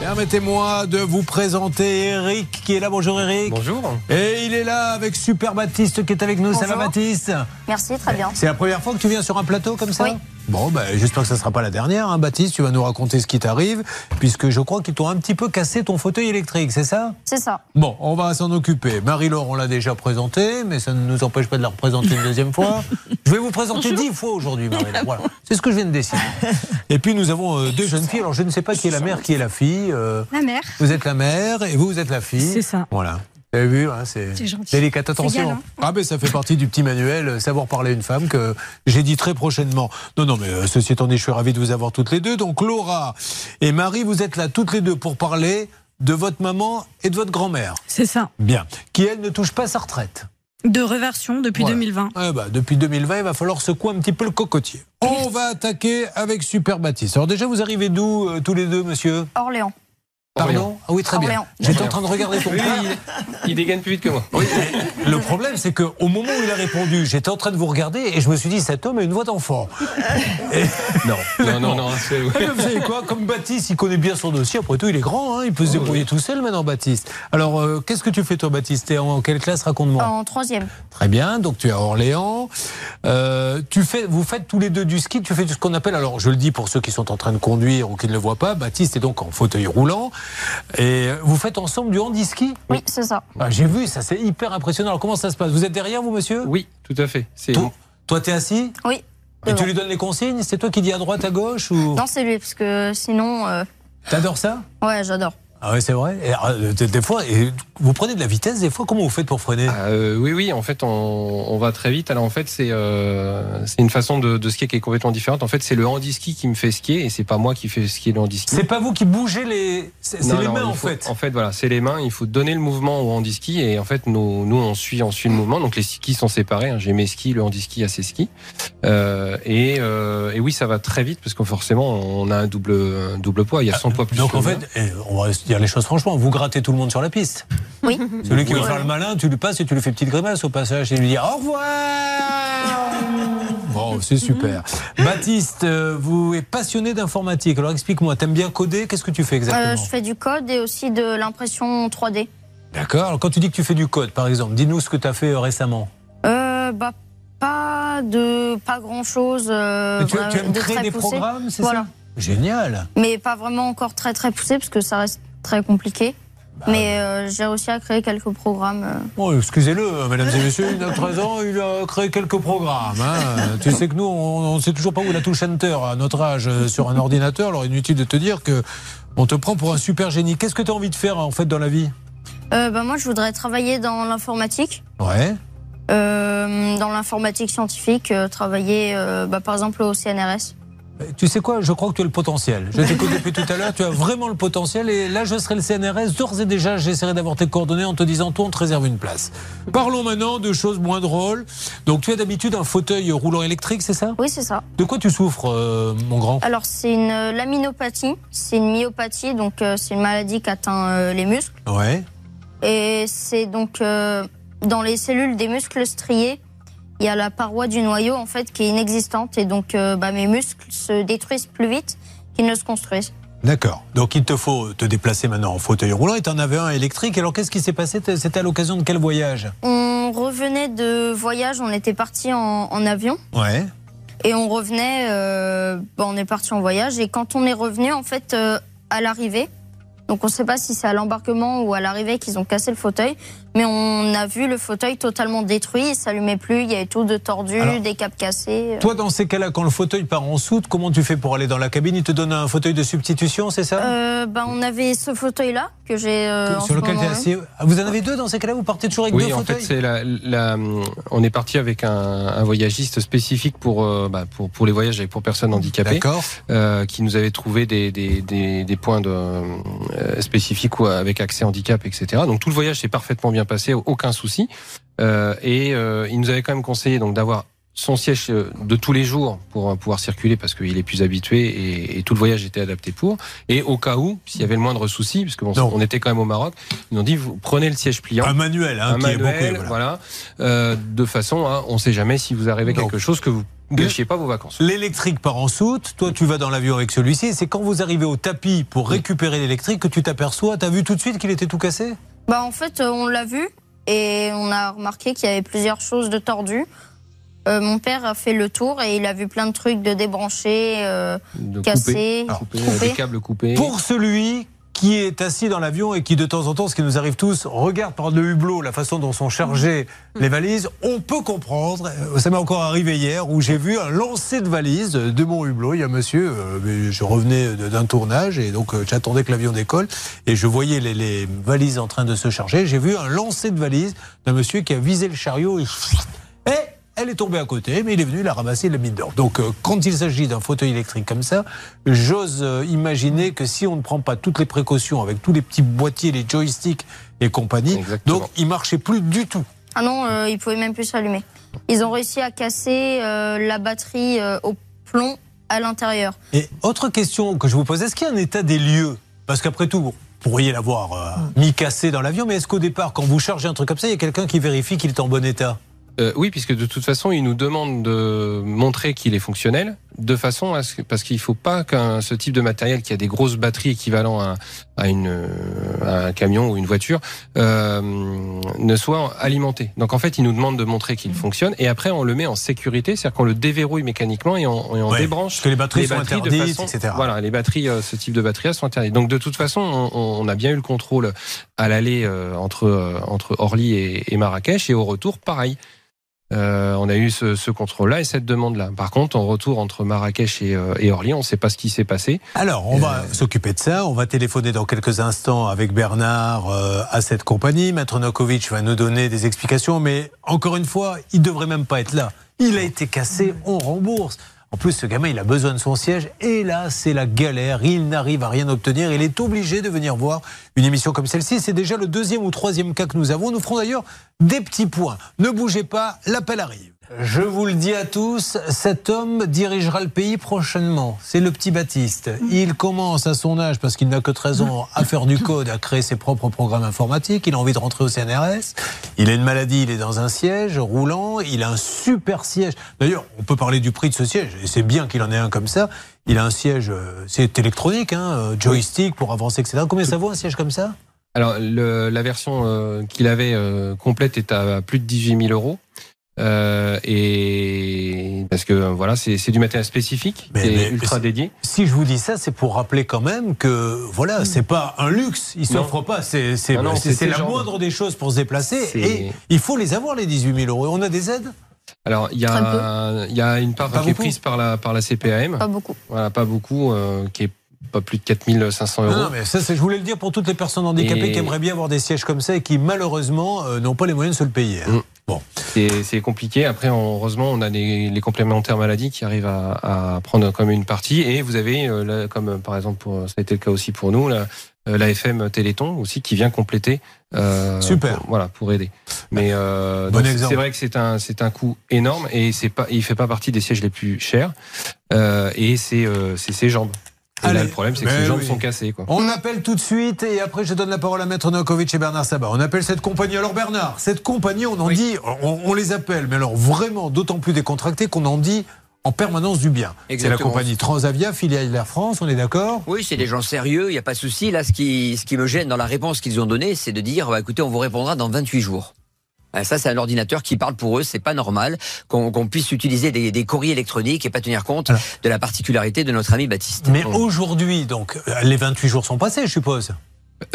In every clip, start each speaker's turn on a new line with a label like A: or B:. A: Permettez-moi de vous présenter Eric qui est là. Bonjour Eric.
B: Bonjour.
A: Et il est là avec Super Baptiste qui est avec nous. Ça va
C: Bonjour.
A: Baptiste
C: Merci, très bien.
A: C'est la première fois que tu viens sur un plateau comme ça
C: Oui.
A: Bon, ben, j'espère que ça ne sera pas la dernière. hein, Baptiste, tu vas nous raconter ce qui t'arrive, puisque je crois qu'ils t'ont un petit peu cassé ton fauteuil électrique, c'est ça
C: C'est ça.
A: Bon, on va s'en occuper. Marie-Laure, on l'a déjà présentée, mais ça ne nous empêche pas de la représenter une deuxième fois. Je vais vous présenter dix fois aujourd'hui, Marie-Laure. Voilà, c'est ce que je viens de décider. Et puis nous avons euh, deux jeunes filles. Alors je ne sais pas qui est la mère, qui est la fille. euh,
D: La mère.
A: vous êtes la mère et vous, vous êtes la fille.
D: C'est ça.
A: Voilà. Vous avez vu, hein, c'est
D: C'est hein. gentil.
A: délicat. Attention.
D: galant.
A: Ah, mais ça fait partie du petit manuel euh, Savoir parler à une femme que j'ai dit très prochainement. Non, non, mais euh, ceci étant dit, je suis ravi de vous avoir toutes les deux. Donc, Laura et Marie, vous êtes là toutes les deux pour parler de votre maman et de votre grand-mère.
D: C'est ça.
A: Bien. Qui, elle, ne touche pas sa retraite.
D: De reversion depuis
A: Voilà.
D: 2020.
A: Eh ben, depuis 2020, il va falloir secouer un petit peu le cocotier. On va attaquer avec Super Baptiste. Alors, déjà, vous arrivez d'où, euh, tous les deux, monsieur
C: Orléans.
A: Pardon
B: Orléans.
A: Ah oui, très bien.
C: Orléans.
A: J'étais en train de regarder ton
B: Oui,
A: plan.
B: il, il dégaine plus vite que moi.
A: Oui, mais le problème, c'est qu'au moment où il a répondu, j'étais en train de vous regarder et je me suis dit, cet homme a une voix d'enfant.
B: Non, non, non, non. c'est-
A: Et bien, Vous savez quoi Comme Baptiste, il connaît bien son dossier. Après tout, il est grand, hein, il peut se débrouiller tout seul maintenant, Baptiste. Alors, euh, qu'est-ce que tu fais, toi, Baptiste T'es en quelle classe Raconte-moi.
C: En troisième.
A: Très bien, donc tu es à Orléans. Euh, tu fais, vous faites tous les deux du ski, tu fais ce qu'on appelle, alors je le dis pour ceux qui sont en train de conduire ou qui ne le voient pas, Baptiste est donc en fauteuil roulant. Et euh, vous faites ensemble du handiski
C: Oui, c'est ça.
A: Ah, J'ai vu, ça c'est hyper impressionnant. Alors comment ça se passe Vous êtes derrière vous, monsieur
B: Oui, tout à fait. C'est
A: Toi, toi, t'es assis
C: Oui.
A: et tu
C: Devant.
A: lui donnes les consignes C'est toi qui dis à droite, à gauche ou
C: Non, c'est lui, parce que sinon, euh,
A: T'adores ça
C: ouais, j'adore.
A: Ah oui, c'est vrai. Et, euh, des, des fois, et vous prenez de la vitesse, des fois, comment vous faites pour freiner
B: Ah, euh, oui, oui, en fait, on, on va très vite. Alors, en fait, c'est euh, c'est une façon de, de skier qui est complètement différente. En fait, c'est le handiski qui me fait skier et c'est pas moi qui fais skier le handiski.
A: C'est pas vous qui bougez les. C'est c'est
B: Non,
A: les
B: non,
A: mains,
B: il
A: en
B: faut-
A: fait.
B: En fait, voilà, c'est les mains. Il faut donner le mouvement au handiski et en fait, nous, nous, on suit, on suit le mouvement. Donc les skis sont séparés. hein. J'ai mes skis, le handiski a ses skis. Euh, et, euh, et oui, ça va très vite parce que forcément, on a un double, un double poids. Il y a 100 poids plus.
A: Ah, Donc,
B: que
A: en
B: le
A: fait,
B: mien.
A: eh, on va se dire les choses franchement, vous grattez tout le monde sur la piste.
C: Oui.
A: Celui qui veut
C: Oui.
A: faire le malin, tu lui passes et tu lui fais petite grimace au passage et lui dis au revoir Bon, c'est super. Baptiste, euh, vous êtes passionné d'informatique. Alors explique-moi, t'aimes bien coder Qu'est-ce que tu fais exactement
C: Euh, je fais du code et aussi de l'impression 3D.
A: D'accord. Alors, quand tu dis que tu fais du code, par exemple, dis-nous ce que tu as fait euh, récemment.
C: Euh, bah, pas de. pas grand chose.
A: Et tu, tu aimes
C: Euh, bah, de
A: créer
C: très
A: des
C: poussé.
A: programmes, c'est
C: Voilà.
A: ça Génial.
C: Mais pas vraiment encore très très poussé, parce que ça reste très compliqué.
A: Bah
C: Mais euh, j'ai réussi à créer quelques programmes. euh.
A: Bon, excusez-le, euh, mesdames et messieurs, il a 13 ans, il a créé quelques programmes. hein. Euh, Tu sais que nous, on ne sait toujours pas où est la touche Enter à notre âge euh, sur un ordinateur. Alors, inutile de te dire que on te prend pour un super génie. Qu'est-ce que tu as envie de faire en fait dans la vie
C: Euh, bah, moi, je voudrais travailler dans l'informatique.
A: Ouais.
C: Euh, dans l'informatique scientifique, euh, travailler euh, bah, par exemple au CNRS.
A: Euh, Tu sais quoi Je crois que tu as le potentiel. Je t'écoute depuis tout à l'heure. Tu as vraiment le potentiel. Et là, je serai le CNRS. D'ores et déjà, j'essaierai d'avoir tes coordonnées en te disant tout, on te réserve une place. Parlons maintenant de choses moins drôles. Donc, tu as d'habitude un fauteuil roulant électrique, c'est ça
C: Oui, c'est ça.
A: De quoi tu souffres, euh, mon grand
C: Alors, c'est une euh, laminopathie, c'est une myopathie, donc euh, c'est une maladie qui atteint euh, les muscles.
A: Ouais.
C: Et c'est donc euh, dans les cellules des muscles striés, il y a la paroi du noyau en fait qui est inexistante et donc euh, bah, mes muscles se détruisent plus vite qu'ils ne se construisent.
A: D'accord. Donc, il te faut te déplacer maintenant en fauteuil roulant. Et tu en avais un électrique. Alors, qu'est-ce qui s'est passé T'es- C'était à l'occasion de quel voyage
C: On revenait de voyage, on était parti en, en avion
A: Ouais.
C: et on revenait, euh, bah, on est parti en voyage et quand on est revenu en fait euh, à l'arrivée, donc on ne sait pas si c'est à l'embarquement ou à l'arrivée qu'ils ont cassé le fauteuil, mais on a vu le fauteuil totalement détruit, il s'allumait plus, il y avait tout de tordu,
A: Alors-
C: des câbles cassés.
A: Toi, dans ces cas-là, quand le fauteuil part en soute, comment tu fais pour aller dans la cabine Ils te donnent un fauteuil de substitution, c'est ça
C: Euh, bah, on avait ce fauteuil là que j'ai euh, en ce
A: sur lequel
C: moment,
A: tu
C: hein.
A: assis. Ah, Vous en avez deux dans ces cas-là Vous partez toujours avec
B: Oui,
A: deux
B: en
A: fauteuils
B: fait, c'est la, la- on est parti avec un, un voyagiste spécifique pour, euh, bah, pour, pour les voyages avec pour personnes handicapées,
A: D'accord.
B: euh, qui nous avait trouvé des, des, des, des points de, euh, spécifiques ou avec accès handicap, etc. Donc tout le voyage s'est parfaitement bien passé, aucun souci. Euh, et euh, il nous avait quand même conseillé donc d'avoir son siège euh, de tous les jours pour euh, pouvoir circuler parce qu'il est plus habitué et, et tout le voyage était adapté pour. Et au cas où, s'il y avait le moindre souci, parce que bon,
A: Non.
B: on était quand même au Maroc, ils nous ont dit vous prenez le siège pliant.
A: Un manuel, hein,
B: un
A: qui
B: manuel,
A: est beaucoup.
B: voilà, Euh, de façon à, on ne sait jamais si vous arrivez
A: Non.
B: quelque chose que vous gâchiez pas vos vacances.
A: L'électrique part en soute, toi tu vas dans l'avion avec celui-ci, et c'est quand vous arrivez au tapis pour récupérer l'électrique que tu t'aperçois, t'as vu tout de suite qu'il était tout cassé
C: Bah en fait, euh, on l'a vu et on a remarqué qu'il y avait plusieurs choses de tordues. Euh, mon père a fait le tour et il a vu plein de trucs de débranchés, euh,
B: De couper,
C: cassés,
A: Alors,
B: couper,
C: coupés.
B: des câbles coupés.
A: Pour celui qui est assis dans l'avion et qui de temps en temps, ce qui nous arrive tous, regarde par le hublot la façon dont sont chargées les valises, on peut comprendre. Euh, Ça m'est encore arrivé hier où j'ai vu un lancer de valises de mon hublot. Il y a un monsieur, euh, mais je revenais de- d'un tournage et donc euh, j'attendais que l'avion décolle et je voyais les, les valises en train de se charger. J'ai vu un lancer de valises d'un monsieur qui a visé le chariot et... et elle est tombée à côté, mais il est venu la ramasser et la mine d'or. Donc, euh, quand il s'agit d'un fauteuil électrique comme ça, j'ose euh, imaginer que si on ne prend pas toutes les précautions avec tous les petits boîtiers, les joysticks et compagnie,
B: Exactement.
A: donc il marchait plus du tout.
C: Ah non, euh, ils pouvaient même plus s'allumer. Ils ont réussi à casser euh, la batterie euh, au plomb à l'intérieur.
A: Et autre question que je vous pose, est-ce qu'il y a un état des lieux Parce qu'après tout, vous pourriez l'avoir euh, mis cassé dans l'avion, mais est-ce qu'au départ, quand vous chargez un truc comme ça, il y a quelqu'un qui vérifie qu'il est en bon état
B: Euh, oui, puisque de toute façon, il nous demande de montrer qu'il est fonctionnel, de façon à ce que, parce qu'il faut pas qu'un ce type de matériel qui a des grosses batteries équivalent à, à une euh, à un camion ou une voiture euh, ne soit alimenté. Donc en fait, il nous demande de montrer qu'il fonctionne, et après on le met en sécurité, c'est-à-dire qu'on le déverrouille mécaniquement et on, et on
A: Ouais,
B: débranche
A: Parce que les batteries
B: les
A: sont
B: batteries de
A: interdites,
B: façon-
A: etc.
B: Voilà, les batteries, euh, ce type de batteries sont interdites. Donc de toute façon, on, on a bien eu le contrôle euh, à l'aller euh, entre euh, entre Orly et, et Marrakech et au retour, pareil. Euh, on a eu ce, ce contrôle-là et cette demande-là. Par contre, en retour entre Marrakech et, euh, et Orly, on ne sait pas ce qui s'est passé.
A: Alors, on va s'occuper de ça. On va téléphoner dans quelques instants avec Bernard euh, à cette compagnie. Maître Nokovic va nous donner des explications, mais encore une fois, il devrait même pas être là. Il a été cassé, on rembourse. En plus, ce gamin, il a besoin de son siège. Et là, c'est la galère. Il n'arrive à rien obtenir. Il est obligé de venir voir une émission comme celle-ci. C'est déjà le deuxième ou troisième cas que nous avons. Nous ferons d'ailleurs des petits points. Ne bougez pas, l'appel arrive. Je vous le dis à tous, cet homme dirigera le pays prochainement. C'est le petit Baptiste. Il commence à son âge, parce qu'il n'a que 13 ans, à faire du code, à créer ses propres programmes informatiques. Il a envie de rentrer au CNRS. Il a une maladie, il est dans un siège roulant. Il a un super siège. D'ailleurs, on peut parler du prix de ce siège. Et c'est bien qu'il en ait un comme ça. Il a un siège, euh, c'est électronique, hein, euh, joystick pour avancer, etc. Combien ça vaut un siège comme ça
B: Alors, le- la version euh, qu'il avait euh, complète est à plus de 18 000 euros. Euh, et parce que voilà, c'est c'est du matériel spécifique,
A: Mais-
B: qui est
A: mais-
B: ultra
A: mais-
B: dédié.
A: Si je vous dis ça, c'est pour rappeler quand même que voilà, c'est pas un luxe. Ils
B: Hmm. Non.
A: s'offrent pas. C'est c'est-
B: Ah non,
A: c'est-
B: c'est
A: c'est la
B: genre-
A: moindre des choses pour se déplacer.
B: C'est-
A: Et il faut les avoir les 18 000 euros. On a des aides.
B: Alors, il y a, il y a une part
A: Pas
B: qui est
A: beaucoup.
B: prise par la par la CPAM.
C: Pas beaucoup.
B: Voilà, pas beaucoup, euh, qui est pas plus de 4500 euros.
A: Non, non, mais ça, c'est- je voulais le dire pour toutes les personnes handicapées
B: Et-
A: qui aimeraient bien avoir des sièges comme ça et qui malheureusement euh, n'ont pas les moyens de se le payer. hein.
B: Mm. C'est c'est compliqué. Après, on- heureusement, on a les, les complémentaires maladie qui arrivent à, à prendre comme une partie. Et vous avez, euh, là, comme euh, par exemple, pour, ça a été le cas aussi pour nous, la, euh, la FM Téléthon aussi qui vient compléter. euh,
A: Super.
B: pour- voilà, pour aider. Mais euh,
A: Bon
B: donc,
A: exemple.
B: c'est vrai que c'est un c'est un coût énorme et c'est pas il fait pas partie des sièges les plus chers. Euh, et c'est euh, c'est ses jambes. Et
A: Allez.
B: là, le problème, c'est que
A: Mais
B: ses jambes
A: oui.
B: sont cassées. Quoi.
A: On appelle tout de suite et après je donne la parole à Maître Novakovic et Bernard Sabat. On appelle cette compagnie. Alors Bernard, cette compagnie, on en
D: Oui.
A: dit, on, on les appelle, mais alors vraiment d'autant plus décontracté qu'on en dit en permanence du bien. C'est la
D: Exactement.
A: compagnie Transavia, filiale de la France, on est d'accord
D: Oui, c'est des gens sérieux, il n'y a pas de souci. Là, ce qui, ce qui me gêne dans la réponse qu'ils ont donnée, c'est de dire bah, écoutez, on vous répondra dans 28 jours. Ah, Ça, c'est un ordinateur qui parle pour eux, c'est pas normal qu'on qu'on puisse utiliser des, des courriers électroniques et pas tenir compte
A: Alors.
D: de la particularité de notre ami Baptiste.
A: Mais aujourd'hui, donc, euh, les 28 jours sont passés, je suppose.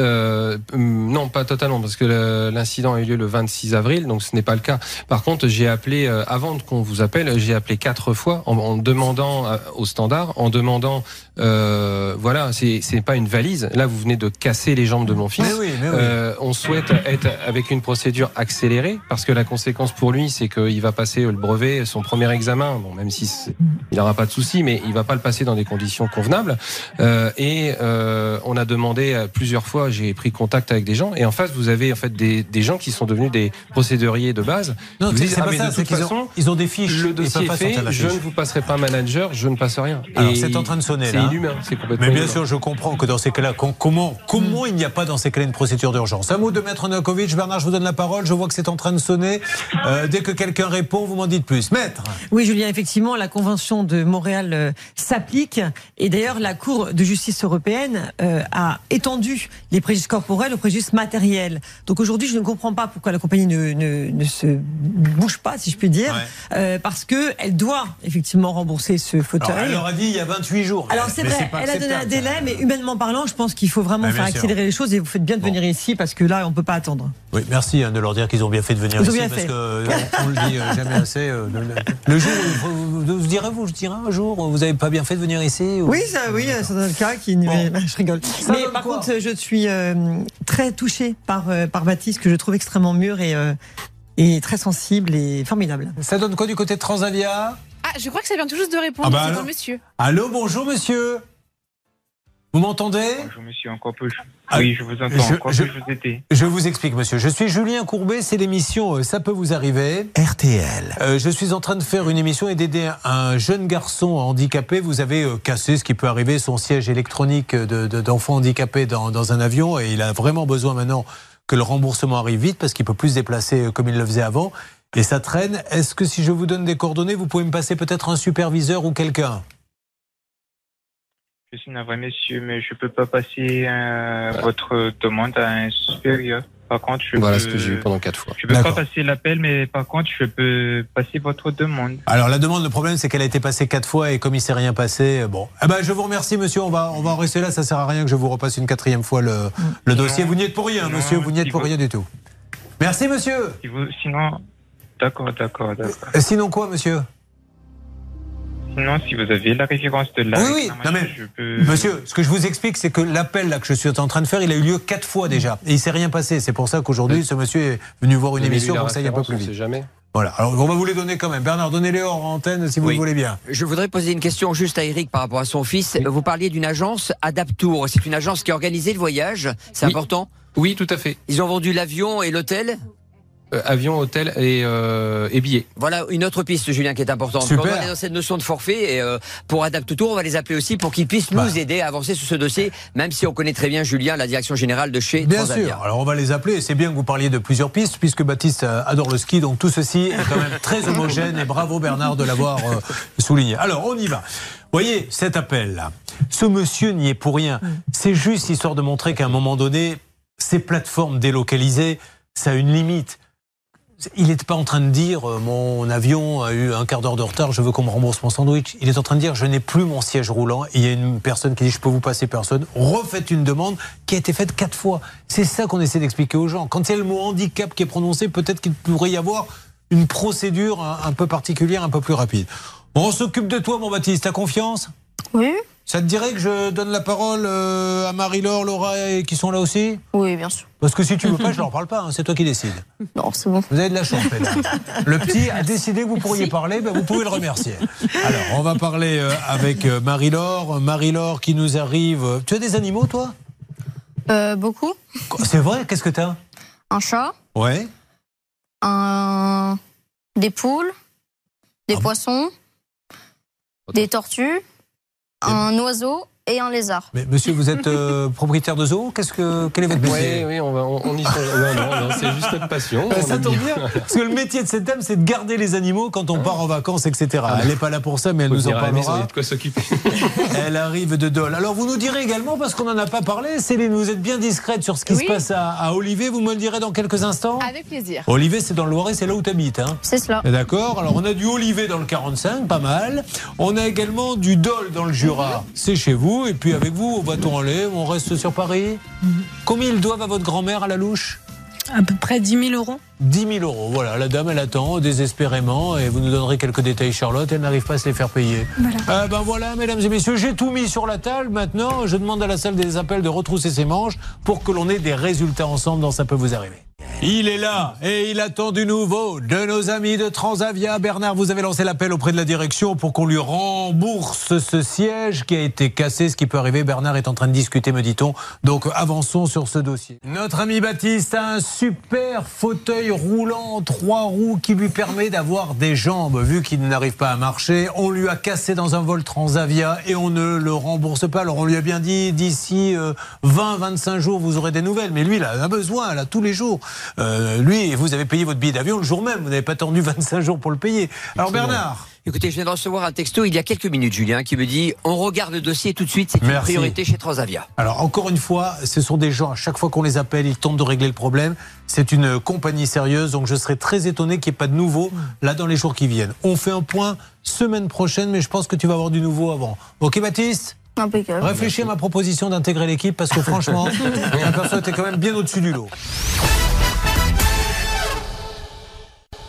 B: Euh, hum, non, pas totalement, parce que le- l'incident a eu lieu le 26 avril, donc ce n'est pas le cas. Par contre, j'ai appelé, euh, avant qu'on vous appelle, j'ai appelé quatre fois en, en demandant euh, au standard, en demandant, euh, voilà, c'est c'est pas une valise. Là, vous venez de casser les jambes de mon fils.
A: Mais oui, mais Ah oui.
B: Euh, on souhaite être avec une procédure accélérée parce que la conséquence pour lui, c'est qu'il va passer le brevet, son premier examen, bon, même si c'est- il n'aura pas de souci, mais il va pas le passer dans des conditions convenables. Euh, et euh, on a demandé euh, plusieurs fois fois, j'ai pris contact avec des gens. Et en face, vous avez en fait des, des gens qui sont devenus des procéduriers de base.
A: Non,
B: Ils vous
A: c'est
B: disent,
A: c'est
B: ah,
A: pas
B: mais
A: ça,
B: de
A: c'est
B: toute
A: qu'ils
B: façon,
A: ont, ils ont des fiches.
B: Le
A: ils
B: dossier
A: peuvent
B: est
A: pas sortir
B: fait,
A: la
B: je ne
A: fiche.
B: vous passerai pas un manager, je ne passe rien.
A: Alors,
B: Et
A: c'est en train de sonner,
B: C'est
A: là.
B: inhumain, c'est complètement
A: Mais bien
B: inhumain.
A: sûr, je comprends que dans ces cas-là, com- comment, comment
D: Hmm.
A: il n'y a pas dans ces cas-là une procédure d'urgence Un mot de Maître Novakovic. Bernard, je vous donne la parole. Je vois que c'est en train de sonner. Euh, dès que quelqu'un répond, vous m'en dites plus. Maître
E: Oui, Julien, effectivement, la Convention de Montréal euh, s'applique. Et d'ailleurs, la Cour de justice européenne euh, a étendu les préjudices corporels aux préjudices matériels. Donc aujourd'hui, je ne comprends pas pourquoi la compagnie ne, ne, ne se bouge pas, si je puis dire, euh, parce que elle doit effectivement rembourser ce fauteuil.
A: Alors, Ah, Elle leur a dit il y a 28 jours.
E: Alors c'est
A: Mais
E: vrai,
A: pas
E: elle a donné un
A: acceptable, ça.
E: délai, mais humainement parlant, je pense qu'il faut vraiment
A: Ah, bien
E: faire
A: sûr.
E: accélérer les choses et vous faites bien de
A: Bon.
E: venir ici parce que là, on peut pas attendre.
A: Oui, merci hein, de leur dire qu'ils ont bien fait de venir
E: Ils ont
A: ici
E: bien
A: parce
E: fait.
A: que euh, on, on le dit euh, jamais assez. euh, le, le- le jour, où vous, vous- vous direz vous, je dirai un jour, vous avez pas bien fait de venir ici. ou-
E: Oui, ça, oui, c'est un cas qui.
A: Bon.
E: Je rigole. mais
A: donne
E: par
A: quoi
E: contre, je suis euh, très touchée par euh, par Baptiste que je trouve extrêmement mûr et euh, et très sensible et formidable.
A: Ça donne quoi du côté de Transavia
F: Ah, je crois que ça vient tout juste de répondre,
A: Ah bah
F: c'est
A: alors.
F: un monsieur.
A: Allô, bonjour monsieur. Vous m'entendez
G: Bonjour monsieur, en quoi peux-je
A: Ah,
G: Oui, je vous entends.
A: je-
G: en quoi
A: je-
G: peux-je vous aider
A: Je vous explique, monsieur. Je suis Julien Courbet, c'est l'émission euh, Ça peut vous arriver. RTL. je suis en train de faire une émission et d'aider un- un jeune garçon handicapé. Vous avez euh, cassé ce qui peut arriver, son siège électronique d'enfants de, d'enfants handicapés dans, dans un avion et il a vraiment besoin maintenant que le remboursement arrive vite parce qu'il peut plus se déplacer euh, comme il le faisait avant. Et ça traîne. Est-ce que si je vous donne des coordonnées, vous pouvez me passer peut-être un superviseur ou quelqu'un
G: Je suis navré monsieur, mais je peux pas passer euh, votre demande à un supérieur. Par contre, je
B: Voilà
G: peux...
B: ce que j'ai eu pendant quatre fois.
G: Je peux pas
A: D'accord.
G: passer l'appel, mais par contre, je peux passer votre demande.
A: Alors la demande, le problème, c'est qu'elle a été passée quatre fois et comme il s'est rien passé, euh, bon. Ah ben, je vous remercie, monsieur. On va, on va en rester là. Ça sert à rien que je vous repasse une quatrième fois le, le dossier. Vous n'y êtes pour rien,
G: Non,
A: monsieur. Vous n'y êtes
G: il
A: pour
G: faut-
A: rien du tout. Merci, monsieur.
G: Si vous- Sinon, d'accord, d'accord, d'accord.
A: Euh, Sinon quoi, monsieur
G: Sinon, si vous avez la référence de la
A: Oui, oui, non,
G: réclamation,
A: mais-
G: je peux...
A: Monsieur, ce que je vous explique, c'est que l'appel là que je suis en train de faire, il a eu lieu quatre fois déjà et il s'est rien passé. C'est pour ça qu'aujourd'hui, ce monsieur est venu voir une
B: Donnez-lui
A: émission
B: la
A: pour que ça aille un peu
B: référence,
A: plus
B: on sait
A: vite.
B: jamais.
A: Voilà. Alors on va vous les donner quand même. Bernard, donnez-les hors antenne si vous
D: Oui.
A: le voulez bien.
D: Je voudrais poser une question juste à Eric par rapport à son fils.
B: Oui.
D: Vous parliez d'une agence Adaptour. C'est une agence qui a organisé le voyage. C'est
B: Oui.
D: important.
B: Oui, tout à fait.
D: Ils ont vendu l'avion et l'hôtel.
B: Euh, avion, hôtel et, euh, et billets.
D: Voilà une autre piste, Julien, qui est importante.
A: Super.
D: Quand on est dans cette notion de forfait, et euh, pour Adaptour, on va les appeler aussi pour qu'ils puissent nous
A: Bah.
D: aider à avancer sur ce dossier, même si on connaît très bien Julien, la direction générale de chez
A: Bien
D: Transavia.
A: sûr. Alors on va les appeler. Et C'est bien que vous parliez de plusieurs pistes puisque Baptiste euh, adore le ski. Donc tout ceci est quand même très homogène et bravo Bernard de l'avoir euh, souligné. Alors on y va. Voyez cet appel là. Ce monsieur n'y est pour rien. C'est juste histoire de montrer qu'à un moment donné, ces plateformes délocalisées, ça a une limite. Il n'était pas en train de dire euh, mon avion a eu un quart d'heure de retard, je veux qu'on me rembourse mon sandwich. Il est en train de dire je n'ai plus mon siège roulant. Et il y a une personne qui dit je peux vous passer personne. Refaites une demande qui a été faite quatre fois. C'est ça qu'on essaie d'expliquer aux gens. Quand il y a le mot handicap qui est prononcé, peut-être qu'il pourrait y avoir une procédure un, un peu particulière, un peu plus rapide. On s'occupe de toi, mon Baptiste. T'as confiance
C: Oui,
A: Ça te dirait que je donne la parole euh, à Marie-Laure, Laura et qui sont là aussi
C: oui, bien sûr.
A: Parce que si tu veux pas, je leur parle pas. hein, C'est toi qui décides.
C: Non, c'est bon.
A: Vous avez de la chance, Pénard. Le petit a décidé que vous pourriez parler, ben vous pouvez le remercier. Alors, on va parler euh, avec euh, Marie-Laure. Marie-Laure qui nous arrive. euh, Tu as des animaux, toi
C: Euh, beaucoup
A: C'est vrai Qu'est-ce que t'as
C: Un chat,
A: Ouais.
C: un... des poules, des
A: Ah bon
C: poissons, des tortues, un oiseau et un lézard.
A: Mais monsieur, vous êtes euh, propriétaire de zoo Qu'est-ce que quel est votre
B: Oui,
A: métier
B: oui, on, va, on, on y songe. Non, non, non, c'est juste notre passion.
A: Ben,
B: On
A: ça
B: aime
A: tombe
B: bien.
A: bien, parce que le métier de cette dame, c'est de garder les animaux quand on part en vacances, etc. Elle n'est pas là pour ça, mais elle
B: Faut
A: nous en
B: venir à la maison, il y
A: parlera.
B: a de quoi s'occuper.
A: Elle arrive de Dole. Alors vous nous direz également, parce qu'on n'en a pas parlé, Céline, vous êtes bien discrète sur ce qui se
F: Oui.
A: passe à, à Olivier, vous me le direz dans quelques instants
F: Avec plaisir.
A: Olivier, c'est dans le Loiret, c'est là où tu habites. Hein
C: C'est cela.
A: D'accord Alors, on a du Olivet dans le 45, pas mal. On a également du Dol dans le Jura. C'est chez vous. Et puis, avec vous, on va aller, on reste sur Paris. Combien ils doivent à votre grand-mère à la louche
H: À peu près 10 000 euros.
A: 10 000 euros. Voilà, la dame, elle attend désespérément. Et vous nous donnerez quelques détails, Charlotte. Elle n'arrive pas à se les faire payer.
H: Voilà.
A: Euh, ben voilà, mesdames et messieurs, j'ai tout mis sur la table. Maintenant, je demande à la salle des appels de retrousser ses manches pour que l'on ait des résultats ensemble dans Ça peut vous arriver. Il est là et il attend du nouveau de nos amis de Transavia. Bernard, vous avez lancé l'appel auprès de la direction pour qu'on lui rembourse ce siège qui a été cassé, ce qui peut arriver. Bernard est en train de discuter, me dit-on. Donc avançons sur ce dossier. Notre ami Baptiste a un super fauteuil roulant en trois roues qui lui permet d'avoir des jambes vu qu'il n'arrive pas à marcher. On lui a cassé dans un vol Transavia et on ne le rembourse pas. Alors on lui a bien dit d'ici 20-25 jours vous aurez des nouvelles, mais lui il a un besoin là tous les jours. Euh, lui, vous avez payé votre billet d'avion le jour même, vous n'avez pas attendu 25 jours pour le payer. Alors Bernard,
D: Écoutez, je viens de recevoir un texto il y a quelques minutes, Julien, qui me dit on regarde le dossier tout de suite, c'est une
A: Merci.
D: priorité chez Transavia.
A: alors encore une fois, ce sont des gens à chaque fois qu'on les appelle, ils tentent de régler le problème. C'est une euh, compagnie sérieuse, donc je serais très étonné qu'il n'y ait pas de nouveau là dans les jours qui viennent. On fait un point semaine prochaine, mais je pense que tu vas avoir du nouveau avant. Ok Baptiste
C: Impeccable.
A: Réfléchis à ma proposition d'intégrer l'équipe parce que franchement, j'ai l'impression que t'es quand même bien au-dessus du lot.